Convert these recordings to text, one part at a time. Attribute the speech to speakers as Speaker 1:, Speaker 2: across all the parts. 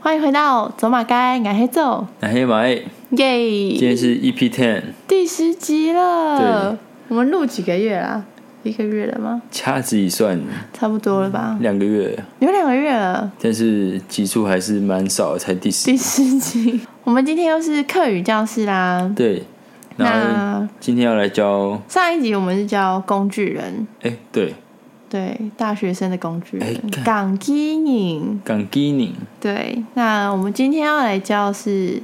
Speaker 1: 欢迎回到走马街俺黑走，
Speaker 2: 那黑马哎，今
Speaker 1: 耶！
Speaker 2: 天是 EP Ten，
Speaker 1: 第十集了
Speaker 2: 对，
Speaker 1: 我们录几个月啦？一个月了吗？
Speaker 2: 掐指一算
Speaker 1: 差不多了吧？
Speaker 2: 两个月，
Speaker 1: 有两个月了。
Speaker 2: 但是集数还是蛮少的，才第十。
Speaker 1: 第十集， 我们今天又是课语教室啦。
Speaker 2: 对，然后
Speaker 1: 那
Speaker 2: 今天要来教，
Speaker 1: 上一集我们是教工具人，
Speaker 2: 哎，对，
Speaker 1: 对，大学生的工具人
Speaker 2: 哎，干
Speaker 1: 港基影。
Speaker 2: 港基宁，
Speaker 1: 对，那我们今天要来教是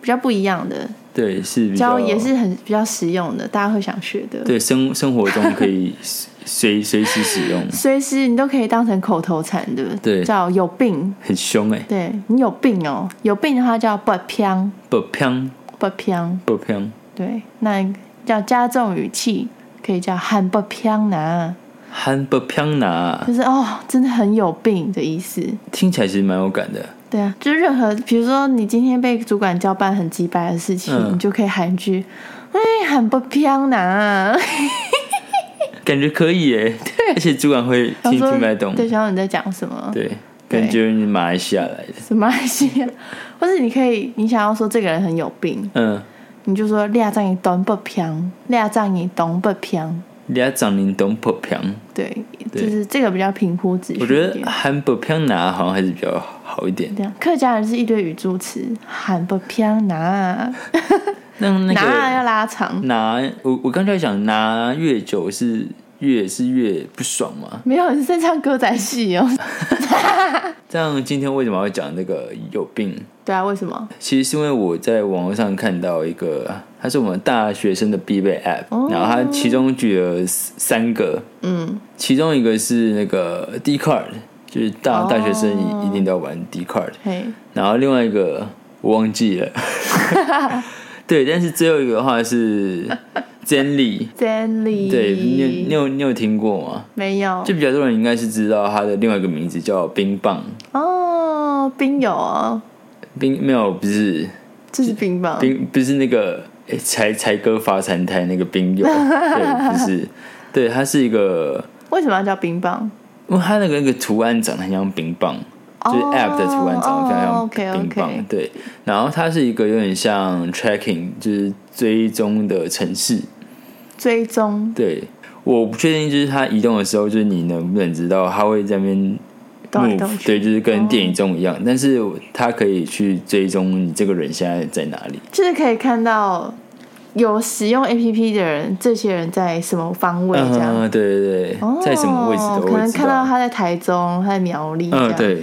Speaker 1: 比较不一样的，
Speaker 2: 对，是比较
Speaker 1: 教也是很比较实用的，大家会想学的。
Speaker 2: 对生生活中可以随随时使用，
Speaker 1: 随时你都可以当成口头禅的，
Speaker 2: 对
Speaker 1: 叫有病，
Speaker 2: 很凶哎，
Speaker 1: 对你有病哦，有病的话叫不偏
Speaker 2: 不偏
Speaker 1: 不偏，
Speaker 2: 不偏，
Speaker 1: 对，那要加重语气，可以叫很不偏呐，
Speaker 2: 憨不偏哪，
Speaker 1: 就是哦，真的很有病的意思。
Speaker 2: 听起来其实蛮有感的，
Speaker 1: 对啊，就是任何，比如说你今天被主管交办很鸡掰的事情，
Speaker 2: 嗯
Speaker 1: 你就可以喊一句，哎，很不偏呐，
Speaker 2: 感觉可以哎，而且主管会
Speaker 1: 想
Speaker 2: 听
Speaker 1: 说
Speaker 2: 听不太懂，
Speaker 1: 对，想说你在讲什么？
Speaker 2: 对，
Speaker 1: 对
Speaker 2: 感觉你马来西亚来的，
Speaker 1: 什么东西啊？或是你可以，你想要说这个人很有病，
Speaker 2: 嗯。
Speaker 1: 你就说俩仗你懂不平，俩仗你懂不平，
Speaker 2: 你要长林懂不平，
Speaker 1: 对，
Speaker 2: 对
Speaker 1: 就是这个比较平铺直叙
Speaker 2: 我
Speaker 1: 一
Speaker 2: 觉
Speaker 1: 点。
Speaker 2: 得喊不平拿好像还是比较好一点。
Speaker 1: 这样，客家人是一堆语助词，喊不平拿啊
Speaker 2: 那那
Speaker 1: 拿啊要
Speaker 2: 个嗯
Speaker 1: 拉长，
Speaker 2: 拿，我我刚才想拿越久是越是越不爽嘛。
Speaker 1: 没有你是在唱歌仔戏 哦。
Speaker 2: 这样今天为什么要讲那个有病？
Speaker 1: 对啊，为什么？
Speaker 2: 其实是因为我在网络上看到一个，它是我们大学生的必备 App，、然后它其中举了三个，
Speaker 1: 哦嗯，
Speaker 2: 其中一个是那个 D Card，就是
Speaker 1: 哦
Speaker 2: 大大学生一一定都要玩 D Card，
Speaker 1: 嘿，
Speaker 2: 然后另外一个我忘记了，对，但是最后一个的话是 Jenny，
Speaker 1: 真理
Speaker 2: 对你有你有你有听过吗？
Speaker 1: 没有
Speaker 2: 就比较多人应该是知道他的另外一个名字叫冰棒，
Speaker 1: 哦，冰友哦，
Speaker 2: 冰没有不是
Speaker 1: 这是冰棒，
Speaker 2: 冰不是那个诶才才哥发财胎那个冰友，对，不是，对，它是一个，
Speaker 1: 为什么要叫冰棒？
Speaker 2: 因为它那个那个图案长得很像冰棒。就是
Speaker 1: 哦
Speaker 2: App 的图案长得
Speaker 1: 哦
Speaker 2: 非常
Speaker 1: ，OK，OK
Speaker 2: 像冰棒对。然后它是一个有点像 tracking，就是追踪的城市。
Speaker 1: 追踪
Speaker 2: 对，我不确定，就是它移动的时候，就是你能不能知道它会在那边
Speaker 1: 动来动
Speaker 2: move，
Speaker 1: 去，哦
Speaker 2: 对，就是跟电影中一样，但是它可以去追踪你这个人现在在哪里。
Speaker 1: 就是可以看到有使用 APP 的人，这些人在什么方位这样。
Speaker 2: 嗯，对对对，在什么位置
Speaker 1: 哦
Speaker 2: 都
Speaker 1: 可
Speaker 2: 会
Speaker 1: 能
Speaker 2: 知
Speaker 1: 看到
Speaker 2: 道。
Speaker 1: 他啊在台中，他在苗栗，
Speaker 2: 嗯，，对，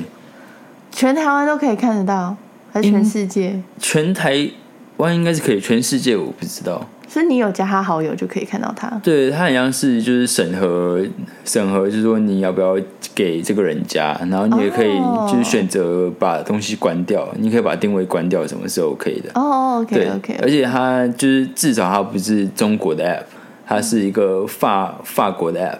Speaker 1: 全台湾都可以看得到，还是
Speaker 2: 嗯
Speaker 1: 全世界？
Speaker 2: 全台湾应该是可以，全世界我不知道。
Speaker 1: 所以你有加他好友就可以看到他。
Speaker 2: 对，它很像是就是审核，审核就是说你要不要给这个人加，然后你也可以
Speaker 1: 哦
Speaker 2: 就是选择把东西关掉，你可以把定位关掉，什么是 OK 的。
Speaker 1: 哦
Speaker 2: 对哎
Speaker 1: ，OK OK，
Speaker 2: 而且它就是至少它不是中国的 app，它是一个法法国的 app，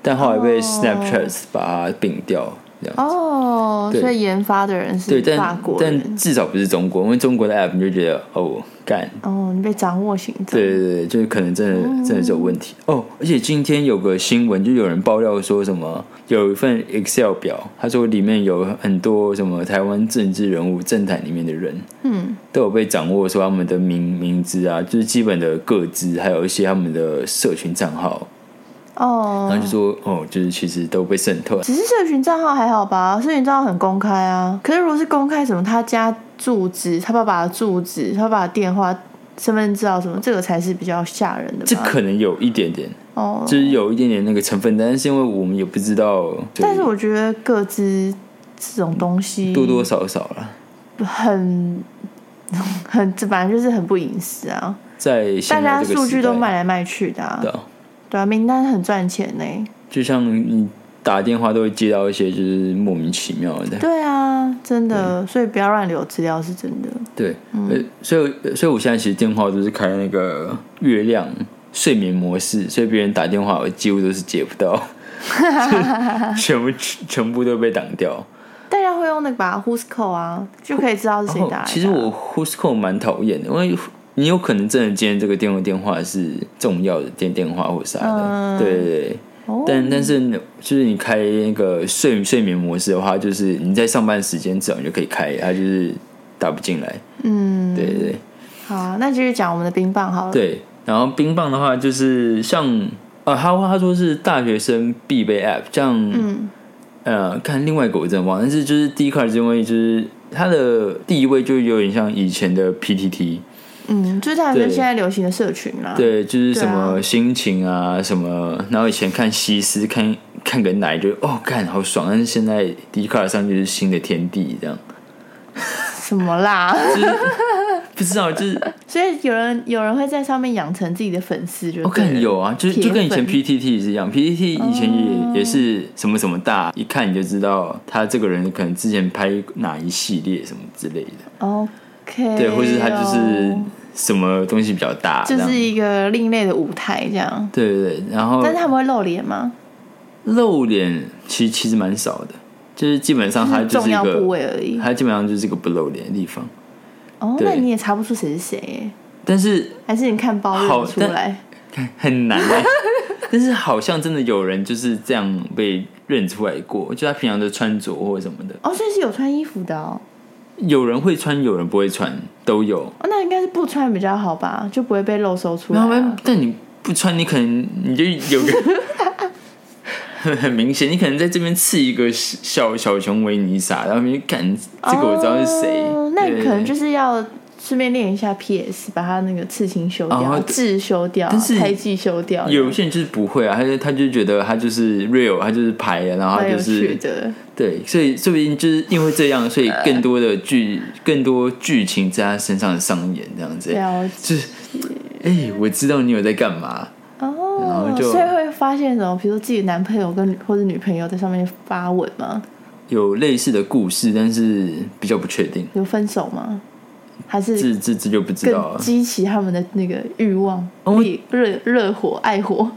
Speaker 2: 但后来被
Speaker 1: 哦
Speaker 2: Snapchat 把它并掉，这样。
Speaker 1: 哦，
Speaker 2: 对
Speaker 1: 所以研发的人是
Speaker 2: 对，但
Speaker 1: 法国人
Speaker 2: 但。至少不是中国，因为中国的 app 你就觉得哦干，
Speaker 1: 哦，你被掌握行踪。
Speaker 2: 对对对，就是可能真的、真的是有问题哦。而且今天有个新闻，就有人爆料说什么有一份 Excel 表，他说里面有很多什么台湾政治人物、政坛里面的人
Speaker 1: 嗯，
Speaker 2: 都有被掌握，说他们的名名字啊，就是基本的个资，还有一些他们的社群账号，然后
Speaker 1: 哦
Speaker 2: 就，说哦，就是其实都被渗透。
Speaker 1: 只是社群账号还好吧？社群账号很公开啊。可是如果是公开，什么他家住址、他爸爸的住址、他爸爸的电话、身份证资料什么，这个才是比较吓人的吧？
Speaker 2: 这可能有一点点，
Speaker 1: 哦，
Speaker 2: 就是有一点点那个成分，但是因为我们也不知道，所以
Speaker 1: 但是我觉得各自这种东西
Speaker 2: 多多少少啦，
Speaker 1: 很 很，这本来就是很不隐私啊，
Speaker 2: 在
Speaker 1: 大
Speaker 2: 现在
Speaker 1: 家
Speaker 2: 这个
Speaker 1: 数
Speaker 2: 时
Speaker 1: 据都
Speaker 2: 代
Speaker 1: 卖来卖去的、啊
Speaker 2: 对，啊
Speaker 1: 对啊，名单很赚钱呢、
Speaker 2: 就像你打电话都会接到一些就是莫名其妙的，
Speaker 1: 对啊，真的，所以不要乱留资料是真的。
Speaker 2: 对，呃所以我所以我现在其实电话都是开那个月亮睡眠模式，所以别人打电话我几乎都是接不到， 就是全部全部都被挡掉。
Speaker 1: 大家会用那个吧，Who's Call 啊，就可以知道是谁
Speaker 2: 然后
Speaker 1: 打来的啊。
Speaker 2: 哦其实我 Who's Call 蛮讨厌的，因为你有可能真的今天这个电话电话是重要的电电话或啥的，
Speaker 1: 嗯
Speaker 2: 对对对，
Speaker 1: 哦
Speaker 2: 但但是呢就是你开那个睡睡眠模式的话，就是你在上班时间至少你就可以开，它就是打不进来。
Speaker 1: 嗯，
Speaker 2: 对对对。
Speaker 1: 好啊，那继续讲我们的冰棒好了。
Speaker 2: 对，然后冰棒的话就是像啊，他他说是大学生必备 app，像、
Speaker 1: 嗯
Speaker 2: 呃，看另外一个我真的忘了，但是就是 d c a r d 因为就是它的地位就有点像以前的 PTT，
Speaker 1: 嗯，就是他们
Speaker 2: 对
Speaker 1: 现在流行的社群啦。，
Speaker 2: 对，就是什
Speaker 1: 对
Speaker 2: 么
Speaker 1: 啊
Speaker 2: 心情啊什么，然后以前看西施看看个奶就哦干好爽，但是现在 d c a r d 上就是新的天地这样，
Speaker 1: 什么啦？
Speaker 2: 不知道就是
Speaker 1: 所以有人有人会在上面养成自己的粉丝，就
Speaker 2: 我
Speaker 1: 对了
Speaker 2: 看有啊，就是
Speaker 1: 铁
Speaker 2: 就跟以前
Speaker 1: 粉哦
Speaker 2: PTT 是一样，PTT 以前也、也是什么什么大，一看你就知道他这个人可能之前拍哪一系列什么之类的，
Speaker 1: OK，
Speaker 2: 对，或是他就是
Speaker 1: 哦
Speaker 2: 什么东西比较大，这
Speaker 1: 就
Speaker 2: 样，哦
Speaker 1: 是一个另类的舞台这样。
Speaker 2: 对对对，然后
Speaker 1: 但是他们会露脸吗？
Speaker 2: 露脸其实其实蛮少的，就是基本上他
Speaker 1: 是
Speaker 2: 就是
Speaker 1: 重
Speaker 2: 一
Speaker 1: 要部
Speaker 2: 个，
Speaker 1: 位而已。
Speaker 2: 他基本上就是一个不露脸的地方，
Speaker 1: 哦，
Speaker 2: 对
Speaker 1: 那你也查不出谁是谁耶，
Speaker 2: 但是
Speaker 1: 还是你看包认
Speaker 2: 好
Speaker 1: 得出来？
Speaker 2: 很 难、欸。但是好像真的有人就是这样被认出来过，就他平常的穿着或什么的，
Speaker 1: 哦，所以是有穿衣服的哦。
Speaker 2: 有人会穿，有人不会穿，都有。
Speaker 1: 哦那应该是不穿比较好吧，就不会被漏搜出来
Speaker 2: 然
Speaker 1: 啊、
Speaker 2: 后但你不穿，你可能你就有个 很很明显，你可能在这边刺一个小小熊维尼撒，然后你就看这个我知道是谁。
Speaker 1: 哦那你
Speaker 2: 对
Speaker 1: 可能就是要顺便练一下 PS，把它那个刺青修掉、
Speaker 2: 哦
Speaker 1: 痣修掉、
Speaker 2: 但是
Speaker 1: 胎记修掉，
Speaker 2: 有些人就是不会啊，他就他就觉得他就是 real，他就是拍啊，然后他
Speaker 1: 蛮有
Speaker 2: 就
Speaker 1: 趣
Speaker 2: 是
Speaker 1: 的。
Speaker 2: 对，所以说不定就是因为这样，所以更多的剧、
Speaker 1: 呃
Speaker 2: 更多剧情在他身上上演，这样子。
Speaker 1: 了
Speaker 2: 就是，哎、我知道你有在干嘛。然
Speaker 1: 哦
Speaker 2: 后，就
Speaker 1: 所以会发现什么？比如说自己男朋友跟或者女朋友在上面发文吗？
Speaker 2: 有类似的故事，但是比较不确定，
Speaker 1: 有分手吗？还是
Speaker 2: 这这这就不知道
Speaker 1: 更
Speaker 2: 了。
Speaker 1: 激起他们的那个欲望、
Speaker 2: 哦
Speaker 1: 烈热热火、爱 火？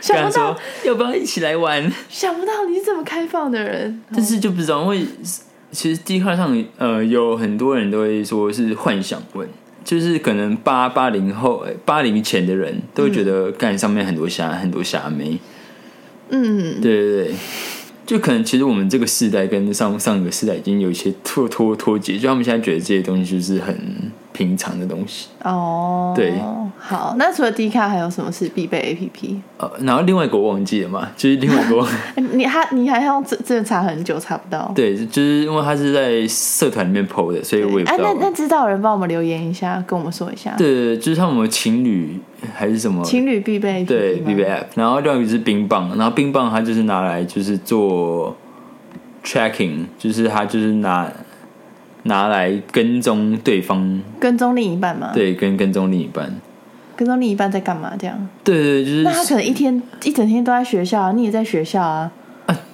Speaker 1: 想
Speaker 2: 然
Speaker 1: 不到
Speaker 2: 说，要不要一起来玩？
Speaker 1: 想不到你是这么开放的人。
Speaker 2: 但是就不知道，因为其实 D 卡上呃有很多人都会说是幻想文，就是可能八八零后哎八零前的人都会觉得干上面很多虾很多虾妹，
Speaker 1: 嗯，
Speaker 2: 对对对。就可能其实我们这个世代跟上上一个世代已经有一些脱脱脱节，就他们现在觉得这些东西就是很平常的东西。
Speaker 1: 哦，
Speaker 2: 对，
Speaker 1: 好。那除了 D 卡，还有什么是必备 A P P？哎
Speaker 2: 呃，然后另外一个我忘记了嘛，就是另外一个我
Speaker 1: 你还你还要真真的查很久，查不到。
Speaker 2: 对，就是因为他是在社团里面 PO 的，所以我也不
Speaker 1: 哎、
Speaker 2: 知
Speaker 1: 那
Speaker 2: 道。啊
Speaker 1: 那知道的人帮我们留言一下，跟我们说一下。
Speaker 2: 对，就是他们有情侣还是什么？
Speaker 1: 情侣必备 APP
Speaker 2: 对
Speaker 1: 吗
Speaker 2: B B App，然后另外一个是冰棒，然后冰棒它就是拿来就是做 tracking，就是它就是拿拿来跟踪对方，
Speaker 1: 跟踪另一半嘛，
Speaker 2: 对，跟跟踪另一半。
Speaker 1: 跟踪另一半在干嘛这样？
Speaker 2: 对对，就是
Speaker 1: 那他可能一天一整天都在学校、啊，你也在学校啊，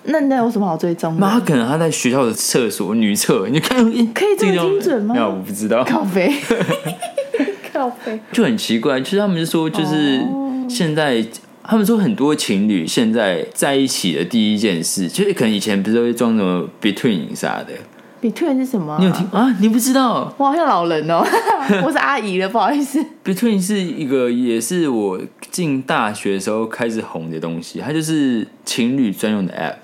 Speaker 1: 那那有什么好追踪
Speaker 2: 那他
Speaker 1: 的？
Speaker 2: 可能他在学校的厕所女厕，你看
Speaker 1: 可以这么精准吗
Speaker 2: 那我不知道，
Speaker 1: 靠背， 靠背，
Speaker 2: 就很奇怪，就是他们说，就是现在、他们说很多情侣现在在一起的第一件事，就是可能以前不是会装什么 between 啥的，
Speaker 1: 比特是什么、
Speaker 2: 你有听
Speaker 1: 啊？
Speaker 2: 啊？你不知道
Speaker 1: 我好像老人哦，我是阿姨了，不好意思。
Speaker 2: between 是一个也是我进大学的时候开始红的东西，它就是情侣专用的 app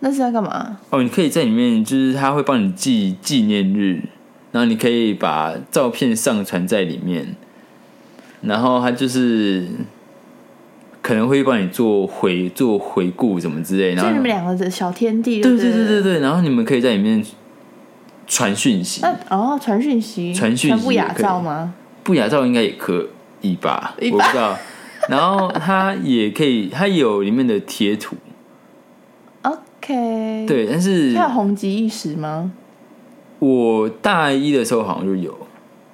Speaker 1: 那是要干嘛？
Speaker 2: 哦，你可以在里面，就是它会帮你记纪念日，然后你可以把照片上传在里面，然后它就是可能会帮你做回做回顾什么之类，然
Speaker 1: 就
Speaker 2: 后
Speaker 1: 你们两个的小天地
Speaker 2: 对
Speaker 1: 不
Speaker 2: 对
Speaker 1: 对
Speaker 2: 对对对，然后你们可以在里面传讯息，
Speaker 1: 那哦，传讯息，
Speaker 2: 传讯息
Speaker 1: 传不雅
Speaker 2: 也可以
Speaker 1: 照吗？
Speaker 2: 不雅照应该也可以吧，
Speaker 1: 一
Speaker 2: 我
Speaker 1: 般
Speaker 2: 不知道。然后它也可以，它有里面的贴图，
Speaker 1: OK，，
Speaker 2: 对，但是
Speaker 1: 他有红极一时吗？
Speaker 2: 我大一的时候好像就有，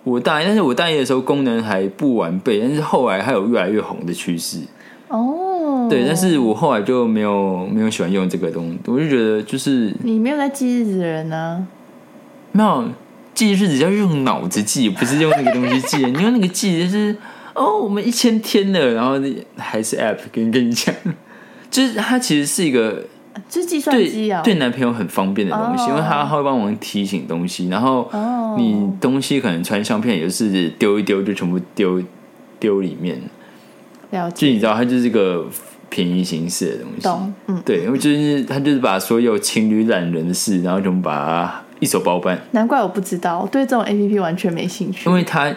Speaker 2: 我大一，但是我大一的时候功能还不完备，但是后来它有越来越红的趋势。
Speaker 1: 哦，
Speaker 2: 对，但是我后来就没有没有喜欢用这个东西，我就觉得就是
Speaker 1: 你没有在记日子的人呢、
Speaker 2: 没有记日子要用脑子记，不是用那个东西 记。你用那个记就是哦，我们一千天了，然后还是 app 跟跟你讲，就是它其实是一个
Speaker 1: 就是计算机
Speaker 2: 对
Speaker 1: 啊、
Speaker 2: 对男朋友很方便的东西，
Speaker 1: 哦
Speaker 2: 因为他会帮忙提醒东西，然后
Speaker 1: 哦
Speaker 2: 你东西可能穿相片也是丢一丢就全部丢丢里面，
Speaker 1: 了
Speaker 2: 就
Speaker 1: 解。
Speaker 2: 你知道它就是一个便宜形式的东西。
Speaker 1: 懂，嗯，
Speaker 2: 对，因为就是他就是把所有情侣懒人的事，然后全部把它一手包办，
Speaker 1: 难怪我不知道，我对这种 A P P 完全没兴趣
Speaker 2: 因。为他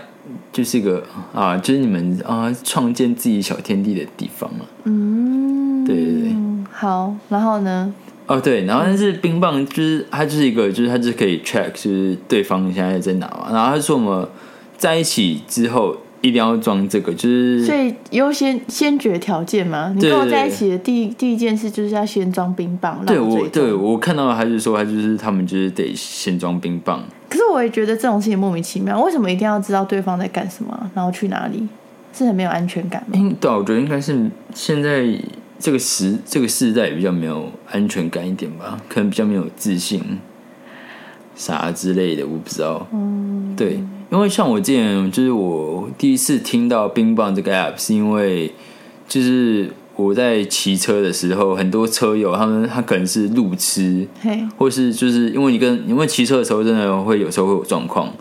Speaker 2: 就是一个啊，就是你们啊创建自己小天地的地方嘛。
Speaker 1: 嗯，
Speaker 2: 对对对
Speaker 1: 嗯，好，然后呢？
Speaker 2: 哦对，然后但是冰棒就是它就是一个就是它就是可以 check 就是对方现在在哪嘛，然后他说我们在一起之后一定要装这个，就是
Speaker 1: 所以优先先决条件嘛，你
Speaker 2: 对
Speaker 1: 跟我
Speaker 2: 对
Speaker 1: 在一
Speaker 2: 对
Speaker 1: 起的第一第一件事就是要先装冰棒，
Speaker 2: 对
Speaker 1: 让我
Speaker 2: 我
Speaker 1: 追踪
Speaker 2: 对我看到他就说他就是他们就是得先装冰棒，
Speaker 1: 可是我也觉得这种事情莫名其妙，为什么一定要知道对方在干什么啊，然后去哪里，是很没有安全感吗？
Speaker 2: 应对啊我觉得应该是现在这个时这个时代比较没有安全感一点吧，可能比较没有自信，啥之类的，我不知道。嗯，对，因为像我之前就是我第一次听到冰棒这个 app，是因为就是我在骑车的时候，很多车友他们他可能是路痴，
Speaker 1: 嘿，
Speaker 2: 或是就是因为你跟因为骑车的时候真的会有时候会有状况，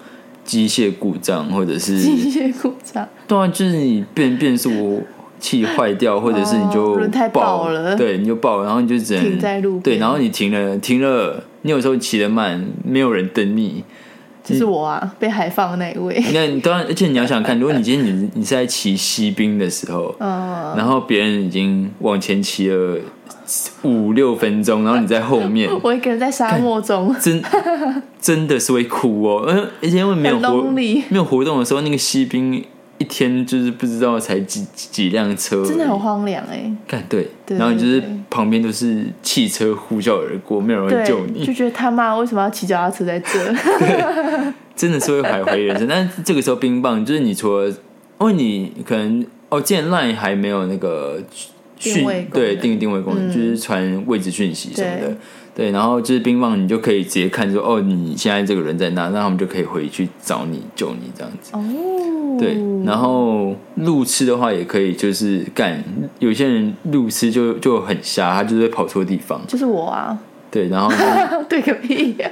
Speaker 2: 机械故障或者是
Speaker 1: 机械故障，
Speaker 2: 对啊，就是你变变速器坏掉，或者是你就
Speaker 1: 哦轮胎爆了
Speaker 2: 对，你就爆了，然后你就只能
Speaker 1: 停在路边
Speaker 2: 对，然后你停了，停了，你有时候骑得慢，没有人等你。
Speaker 1: 就是我
Speaker 2: 嗯
Speaker 1: 啊，被海放的那一位。
Speaker 2: 那你当然，而且你要想看，如果你今天你你是在骑西冰的时候，
Speaker 1: 嗯，
Speaker 2: 然后别人已经往前骑了五六分钟，然后你在后面，
Speaker 1: 我一个人在沙漠中，
Speaker 2: 真真的是会哭哦，嗯，而且因为没有
Speaker 1: 很
Speaker 2: 活
Speaker 1: lonely
Speaker 2: 没有活动的时候，那个西兵一天就是不知道才几几几辆车而已，
Speaker 1: 真的很荒凉哎、
Speaker 2: 干对，
Speaker 1: 对
Speaker 2: 然后你就是
Speaker 1: 对对
Speaker 2: 旁边都是汽车呼啸而过，没有人会救
Speaker 1: 对，就
Speaker 2: 你，
Speaker 1: 觉得他妈为什么要骑脚踏车在这？
Speaker 2: 真的是会徘徊人生。但是这个时候冰棒就是你除了，因为你可能哦，之前 Line 还没有那个
Speaker 1: 定位
Speaker 2: 讯
Speaker 1: 功能
Speaker 2: 对定定位功能，就是传位置讯息什么的
Speaker 1: 对。
Speaker 2: 对，然后就是冰棒，你就可以直接看说，哦，你现在这个人在哪，那他们就可以回去找你救你这样子。
Speaker 1: 哦，
Speaker 2: 对，然后路痴的话也可以，就是干有些人路痴就就很瞎，他就是会跑错地方。
Speaker 1: 就是我啊，
Speaker 2: 对，然后
Speaker 1: 对个屁、呀！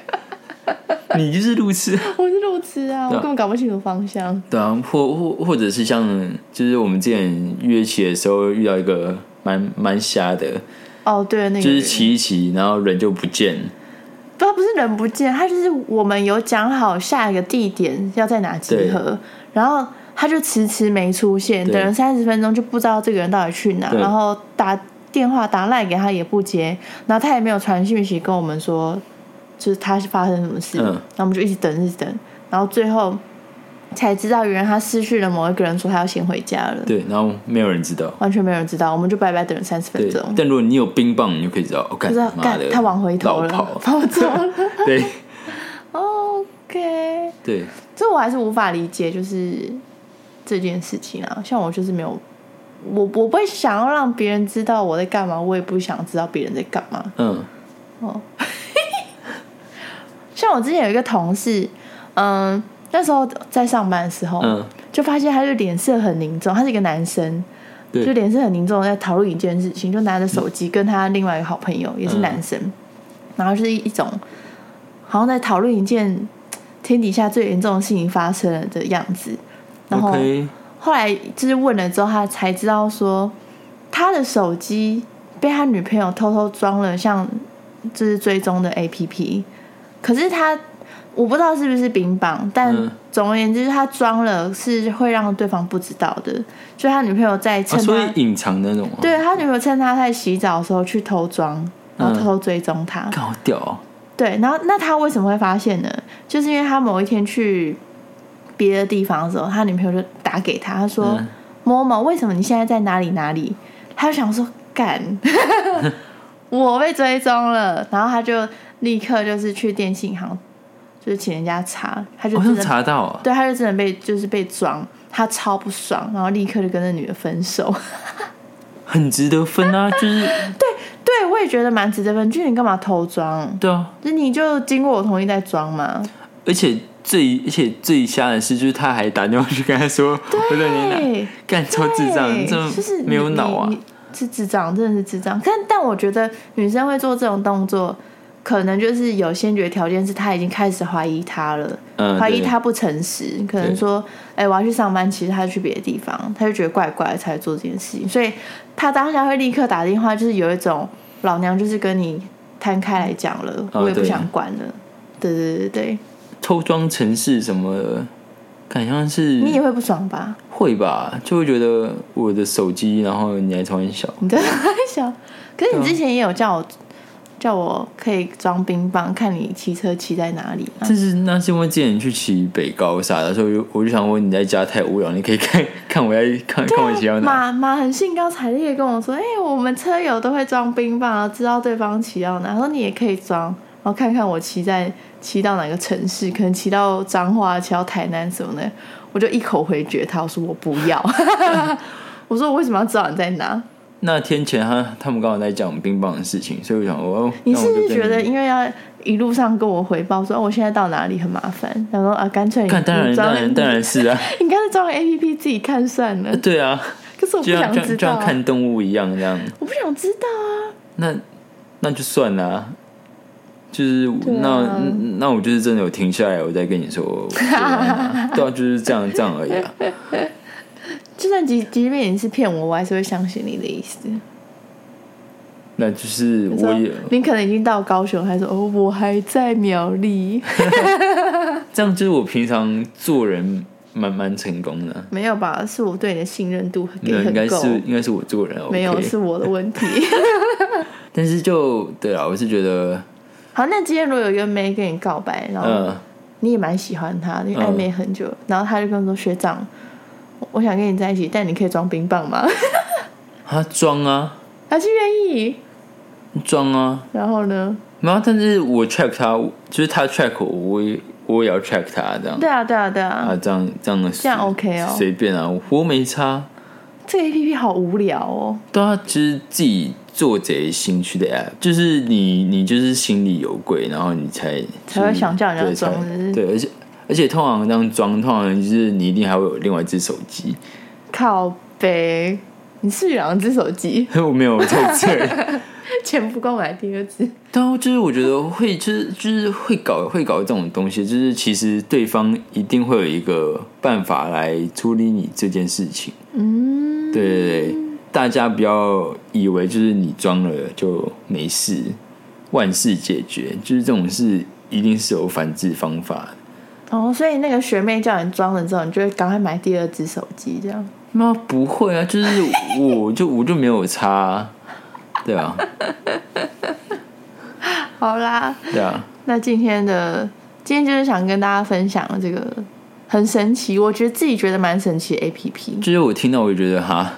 Speaker 2: 你就是路痴，
Speaker 1: 我是路痴啊，我
Speaker 2: 对
Speaker 1: 根
Speaker 2: 啊
Speaker 1: 本搞不清楚方向。
Speaker 2: 对啊，或或或者是像就是我们之前约骑的时候遇到一个蛮蛮瞎的，
Speaker 1: 哦，对，那个
Speaker 2: 就是
Speaker 1: 人
Speaker 2: 骑一骑，然后人就不见。
Speaker 1: 不，不是人不见，他就是我们有讲好下一个地点要在哪集合，然后他就迟迟没出现，
Speaker 2: 对
Speaker 1: 等了三十分钟就不知道这个人到底去哪，
Speaker 2: 对
Speaker 1: 然后打电话打赖给他也不接，然后他也没有传讯息跟我们说，就是他是发生什么事，
Speaker 2: 嗯
Speaker 1: 然后我们就一直等，一直等，然后最后才知道，原来他失去了某一个人，说他要先回家了，
Speaker 2: 对，然后没有人知道。
Speaker 1: 完全没有人知道，我们就白白等了三十分
Speaker 2: 对
Speaker 1: 钟，，
Speaker 2: 但如果你有冰棒，你就可以知道。哦，干
Speaker 1: 不知道
Speaker 2: 妈
Speaker 1: 干
Speaker 2: 的，
Speaker 1: 他往回头
Speaker 2: 老
Speaker 1: 了，
Speaker 2: 跑。
Speaker 1: 跑走了
Speaker 2: 对
Speaker 1: ，OK。
Speaker 2: 对，
Speaker 1: 这我还是无法理解，就是这件事情啊。像我就是没有，我我不会想要让别人知道我在干嘛，我也不想知道别人在干嘛。
Speaker 2: 嗯，
Speaker 1: 像我之前有一个同事，嗯，那时候在上班的时候，
Speaker 2: 嗯
Speaker 1: 就发现他就脸色很凝重，他是一个男生，
Speaker 2: 对
Speaker 1: 就脸色很凝重，在讨论一件事情，就拿着手机跟他另外一个好朋友，也
Speaker 2: 嗯
Speaker 1: 是男生，然后就是一种好像在讨论一件天底下最严重的事情发生了的样子。然后
Speaker 2: OK，啊
Speaker 1: 后来就是问了之后，他才知道说他的手机被他女朋友偷偷装了像就是追踪的 APP，可是他我不知道是不是冰棒，但
Speaker 2: 嗯
Speaker 1: 总而言之，他装了是会让对方不知道的，就他女朋友在
Speaker 2: 啊
Speaker 1: 趁他、
Speaker 2: 所以隐藏的那种啊。
Speaker 1: 对他女朋友趁他在洗澡的时候去偷装，
Speaker 2: 嗯
Speaker 1: 然后偷偷追踪他。
Speaker 2: 干，好屌哦。
Speaker 1: 对，然后那他为什么会发现呢？就是因为他某一天去别的地方的时候，他女朋友就打给他，他说：“
Speaker 2: 嗯
Speaker 1: 某某，为什么你现在在哪里哪里？”他就想说：“ 干，我被追踪了。”然后他就立刻就是去电信行，就是请人家查，他就
Speaker 2: 好
Speaker 1: 真
Speaker 2: 像
Speaker 1: 的
Speaker 2: 查到啊。
Speaker 1: 对，他就真的被就是被装，他超不爽，然后立刻就跟那女的分手。
Speaker 2: 很值得分 啊，就是
Speaker 1: 对，我也觉得蛮值得分，就是你干嘛偷装？
Speaker 2: 对啊，
Speaker 1: 就你就经过我同意再装嘛。
Speaker 2: 而且最而且最瞎的是，就是他还打电话去跟他说我在你哪，
Speaker 1: 对。
Speaker 2: 干超智障，
Speaker 1: 对
Speaker 2: 这
Speaker 1: 就是
Speaker 2: 没有
Speaker 1: 你
Speaker 2: 脑啊
Speaker 1: 你！你是智障，真的是智障。但但我觉得女生会做这种动作，可能就是有先决条件是他已经开始怀疑他了，
Speaker 2: 嗯
Speaker 1: 怀疑
Speaker 2: 对
Speaker 1: 他不诚实，可能
Speaker 2: 对
Speaker 1: 说，哎、我要去上班，其实他去别的地方，他就觉得怪怪的才做这件事情，所以他当下会立刻打电话，就是有一种老娘就是跟你摊开来讲了，
Speaker 2: 哦
Speaker 1: 我也不
Speaker 2: 对
Speaker 1: 想管了，对对对对，
Speaker 2: 偷装城市什么的，感觉像是
Speaker 1: 你也会不爽吧？
Speaker 2: 会吧，就会觉得我的手机，然后你还超很小，
Speaker 1: 你在想，可
Speaker 2: 啊
Speaker 1: 是你之前也有叫我叫我可以装冰棒，看你骑车骑在哪里啊？
Speaker 2: 但是那是因为之前去骑北高啥的，所以我就我就想问你在家太无聊，你可以看看我在看
Speaker 1: 啊
Speaker 2: 看我骑到哪。
Speaker 1: 马马很兴高采烈地跟我说：“哎、我们车友都会装冰棒，然后知道对方骑到哪。”他说：“你也可以装，然后看看我骑在骑到哪个城市，可能骑到彰化、骑到台南什么的。”我就一口回绝他，我说：“我不 要。”我说：“我为什么要知道你在哪？”
Speaker 2: 那天前他他们刚好在讲冰棒的事情，所以我想哦，
Speaker 1: 你
Speaker 2: 那
Speaker 1: 是
Speaker 2: 我
Speaker 1: 不
Speaker 2: 就是跟
Speaker 1: 觉得，因为要一路上跟我回报说、哦我现在到哪里很麻烦，然后啊，干脆你
Speaker 2: 看当然
Speaker 1: 你装
Speaker 2: 当然当然是 啊，
Speaker 1: 你干脆装个 A P P 自己看算了。
Speaker 2: 对啊，
Speaker 1: 可是我不
Speaker 2: 就像
Speaker 1: 想
Speaker 2: 就
Speaker 1: 知
Speaker 2: 像就
Speaker 1: 道
Speaker 2: 像
Speaker 1: 啊、
Speaker 2: 看动物一样这样。
Speaker 1: 我不想知道啊。
Speaker 2: 那那就算啦、就是、
Speaker 1: 对啊
Speaker 2: 那嗯那我就是真的有停下来，我再跟你说，我觉 得啊对啊，就是这样这样而已啊。
Speaker 1: 就算即即便你是骗我，我还是会相信你的意思。
Speaker 2: 那就是
Speaker 1: 你
Speaker 2: 我
Speaker 1: 说
Speaker 2: 也
Speaker 1: 你可能已经到高雄，还说哦，我还在苗栗，
Speaker 2: 这样，就是我平常做人蛮蛮成功的，
Speaker 1: 没有吧？是我对你的信任度给
Speaker 2: 那应
Speaker 1: 很
Speaker 2: 该
Speaker 1: 够，
Speaker 2: 是应该是我做人 OK，
Speaker 1: 没有是我的问题。
Speaker 2: 但是就对啊，我是觉得
Speaker 1: 好，那今天如果有一个妹跟你告白，然后
Speaker 2: 嗯、
Speaker 1: 你也蛮喜欢他，因为
Speaker 2: 嗯
Speaker 1: 暧昧很久，然后他就跟我说学长，我我想跟你在一起，但你可以装冰棒吗？
Speaker 2: 他装啊
Speaker 1: 他是愿意，
Speaker 2: 装啊，
Speaker 1: 然后呢？
Speaker 2: 没有，啊但是我 check 他，就是他 check 我，我也我也要 check 他这样
Speaker 1: 对啊，对啊，对啊，
Speaker 2: 啊，这样这样这
Speaker 1: 这样 OK 哦
Speaker 2: 随便啊，我没差。
Speaker 1: 这个 A P P 好无聊哦。
Speaker 2: 对啊，其实自己做贼心虚的 app，就是你你就是心里有鬼，然后你才
Speaker 1: 才会想叫人家
Speaker 2: 对才
Speaker 1: 装是不是
Speaker 2: 对，而且而且通常这样装，通常就是你一定还会有另外一只手机。
Speaker 1: 靠背，你是不是有两只手机，
Speaker 2: 我没有在这儿。
Speaker 1: 钱不够买第二只。
Speaker 2: 但就是我觉得会就是就是会搞会搞这种东西，就是其实对方一定会有一个办法来处理你这件事情。
Speaker 1: 嗯，
Speaker 2: 对对对，大家不要以为就是你装了就没事，万事解决，就是这种事一定是有反制方法的。
Speaker 1: 哦，所以那个学妹叫你装了之后，你就会赶快买第二只手机，这样。
Speaker 2: 那不会啊，就是我就我就没有差啊、对啊，
Speaker 1: 好啦，
Speaker 2: 对啊，
Speaker 1: 那今天的今天就是想跟大家分享这个很神奇，我觉得自己觉得蛮神奇的 A P P。
Speaker 2: 就是我听到我就觉得哈，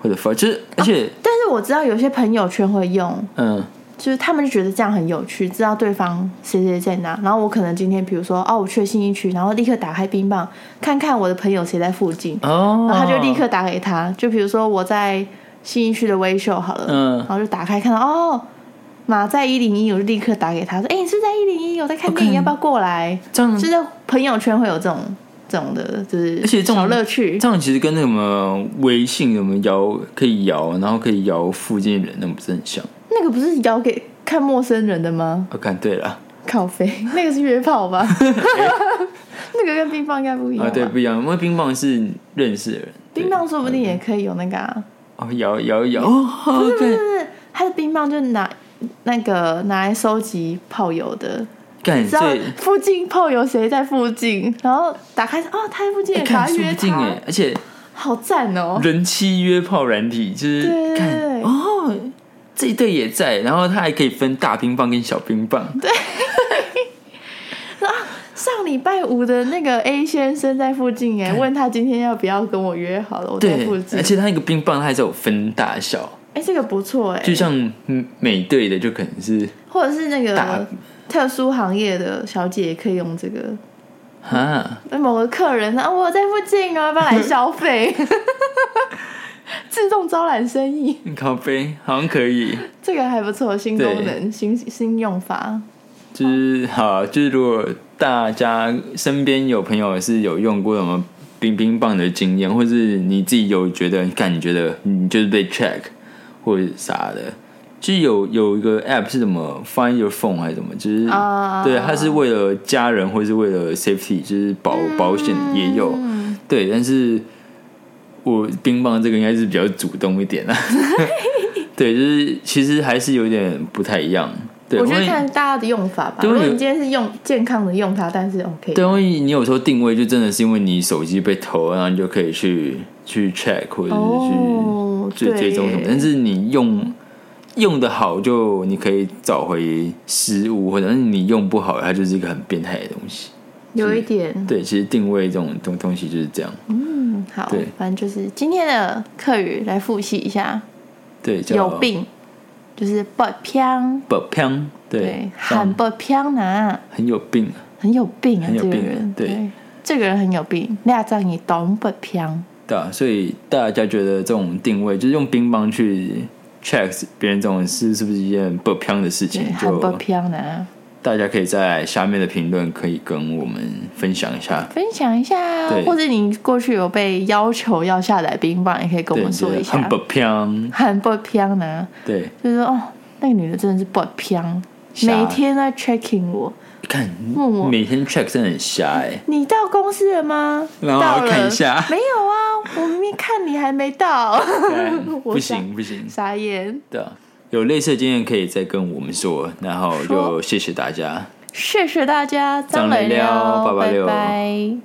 Speaker 2: 或者发，就是而且、
Speaker 1: 但是我知道有些朋友圈会用，
Speaker 2: 嗯，
Speaker 1: 就是他们就觉得这样很有趣，知道对方谁谁在哪。然后我可能今天比如说哦，我去了信义区，然后立刻打开冰棒，看看我的朋友谁在附近，
Speaker 2: 哦，
Speaker 1: 然后他就立刻打给他。就比如说我在信义区的微秀好了，
Speaker 2: 嗯
Speaker 1: 然后就打开看到哦。马在一零一，我就立刻打给他说：“哎、你是不是在一零一，我在看电影，
Speaker 2: 我看
Speaker 1: 要不要过来？”
Speaker 2: 这样
Speaker 1: 就，是朋友圈会有这种这种的，就是
Speaker 2: 嗯而且这种
Speaker 1: 小乐趣，
Speaker 2: 这样其实跟那个什么微信什么摇可以摇，然后可以摇附近人，那不是很像？
Speaker 1: 那个不是摇给看陌生人的吗？
Speaker 2: 我、看对了。
Speaker 1: 靠飞，那个是约炮 吧？那个跟冰棒应该不一样、
Speaker 2: 啊，对，，不一样，因为冰棒是认识的人，对
Speaker 1: 冰棒说不定也可以有那个、啊，
Speaker 2: 哦，摇摇 摇，哦，好
Speaker 1: 就
Speaker 2: 干
Speaker 1: 是它的冰棒就拿那个拿来收集炮友的，
Speaker 2: 干，
Speaker 1: 知道
Speaker 2: 所以
Speaker 1: 附近炮友谁在附近，然后打开哦，他在附近，
Speaker 2: 哎
Speaker 1: 打快
Speaker 2: 看说
Speaker 1: 约
Speaker 2: 不定
Speaker 1: 他
Speaker 2: 哎，，而且
Speaker 1: 好赞哦！
Speaker 2: 人妻约炮软体就是
Speaker 1: 对
Speaker 2: 看哦，这一对也在，然后他还可以分大冰棒跟小冰棒，对，
Speaker 1: 上礼拜五的那个 A 先生在附近哎，问他今天要不要跟我约好了，我在附近
Speaker 2: 而，且他那个冰棒它还是有分大小，
Speaker 1: 哎，这个不错哎，
Speaker 2: 就像嗯美队的就可能是
Speaker 1: 或者是那
Speaker 2: 打
Speaker 1: 个特殊行业的小姐也可以用这个，
Speaker 2: 啊，
Speaker 1: 那某个客人啊，我在附近啊，要不要来消 费？自动招揽生意，
Speaker 2: 咖啡好像可以，
Speaker 1: 这个还不错，新功
Speaker 2: 对
Speaker 1: 能、新新用法。
Speaker 2: 就是好，就是如果大家身边有朋友是有用过什么冰冰棒的经验，嗯或是你自己有觉得，看你觉得你就是被 check 或者啥的，就是有有一个 app 是怎么 Find Your Phone 还是怎么，就是、
Speaker 1: 啊
Speaker 2: 对，它是为了家人或是为了 safety，就是保
Speaker 1: 嗯
Speaker 2: 保险也有，对，但是我冰棒这个应该是比较主动一点 啦，对，就是其实还是有点不太一样，对，
Speaker 1: 我觉
Speaker 2: 因
Speaker 1: 得
Speaker 2: 为
Speaker 1: 看大家的用法吧。
Speaker 2: 对
Speaker 1: 如果
Speaker 2: 因为
Speaker 1: 你今天是用健康的用它，但是 OK。
Speaker 2: 对，因为你有时候定位就真的是因为你手机被偷，然后你就可以去去 check 或者
Speaker 1: 哦
Speaker 2: 是去追
Speaker 1: 对
Speaker 2: 追踪什么，但是你用用的好就你可以找回失误，或者是你用不好，它就是一个很变态的东西。
Speaker 1: 有一点，
Speaker 2: 对，其实定位这种东东西就是这样。
Speaker 1: 嗯，好
Speaker 2: 对，
Speaker 1: 反正就是今天的课语来复习一下：
Speaker 2: 对，叫
Speaker 1: 有病就是不偏，
Speaker 2: 不偏，对
Speaker 1: 对，，很不偏呢，
Speaker 2: 很有病，
Speaker 1: 很有病啊，
Speaker 2: 很有
Speaker 1: 这个
Speaker 2: 病
Speaker 1: 人，
Speaker 2: 对，
Speaker 1: 这个人很有病，那这样你懂不偏？
Speaker 2: 对啊，所以大家觉得这种定位就是用乒乓去 check 别人这种事是不是一件不偏的事情
Speaker 1: 对，？很
Speaker 2: 就
Speaker 1: 不偏呢，
Speaker 2: 大家可以在下面的评论可以跟我们分享一下，
Speaker 1: 分享一下，
Speaker 2: 对
Speaker 1: 或者你过去有被要求要下载冰棒，也可以跟我
Speaker 2: 对，
Speaker 1: 们说一
Speaker 2: 就是很
Speaker 1: 下，
Speaker 2: 不偏，
Speaker 1: 很不偏呢。
Speaker 2: 对，
Speaker 1: 就是说哦，那个女的真的是不偏，
Speaker 2: 瞎
Speaker 1: 每天在 checking 我。
Speaker 2: 看
Speaker 1: 问我
Speaker 2: 每天 check 真的很瞎哎、
Speaker 1: 你到公司了吗？
Speaker 2: 然后
Speaker 1: 到
Speaker 2: 我
Speaker 1: 了，
Speaker 2: 看一下
Speaker 1: 没有啊，我明明看你还没到，
Speaker 2: 欸，
Speaker 1: 我
Speaker 2: 不行不行，
Speaker 1: 傻眼。
Speaker 2: 对啊，有类似的经验可以再跟我们说，然后就
Speaker 1: 说
Speaker 2: 谢谢大家。
Speaker 1: 谢谢大家，张
Speaker 2: 张磊
Speaker 1: 磊
Speaker 2: 撩八八
Speaker 1: 拜
Speaker 2: 六
Speaker 1: 拜。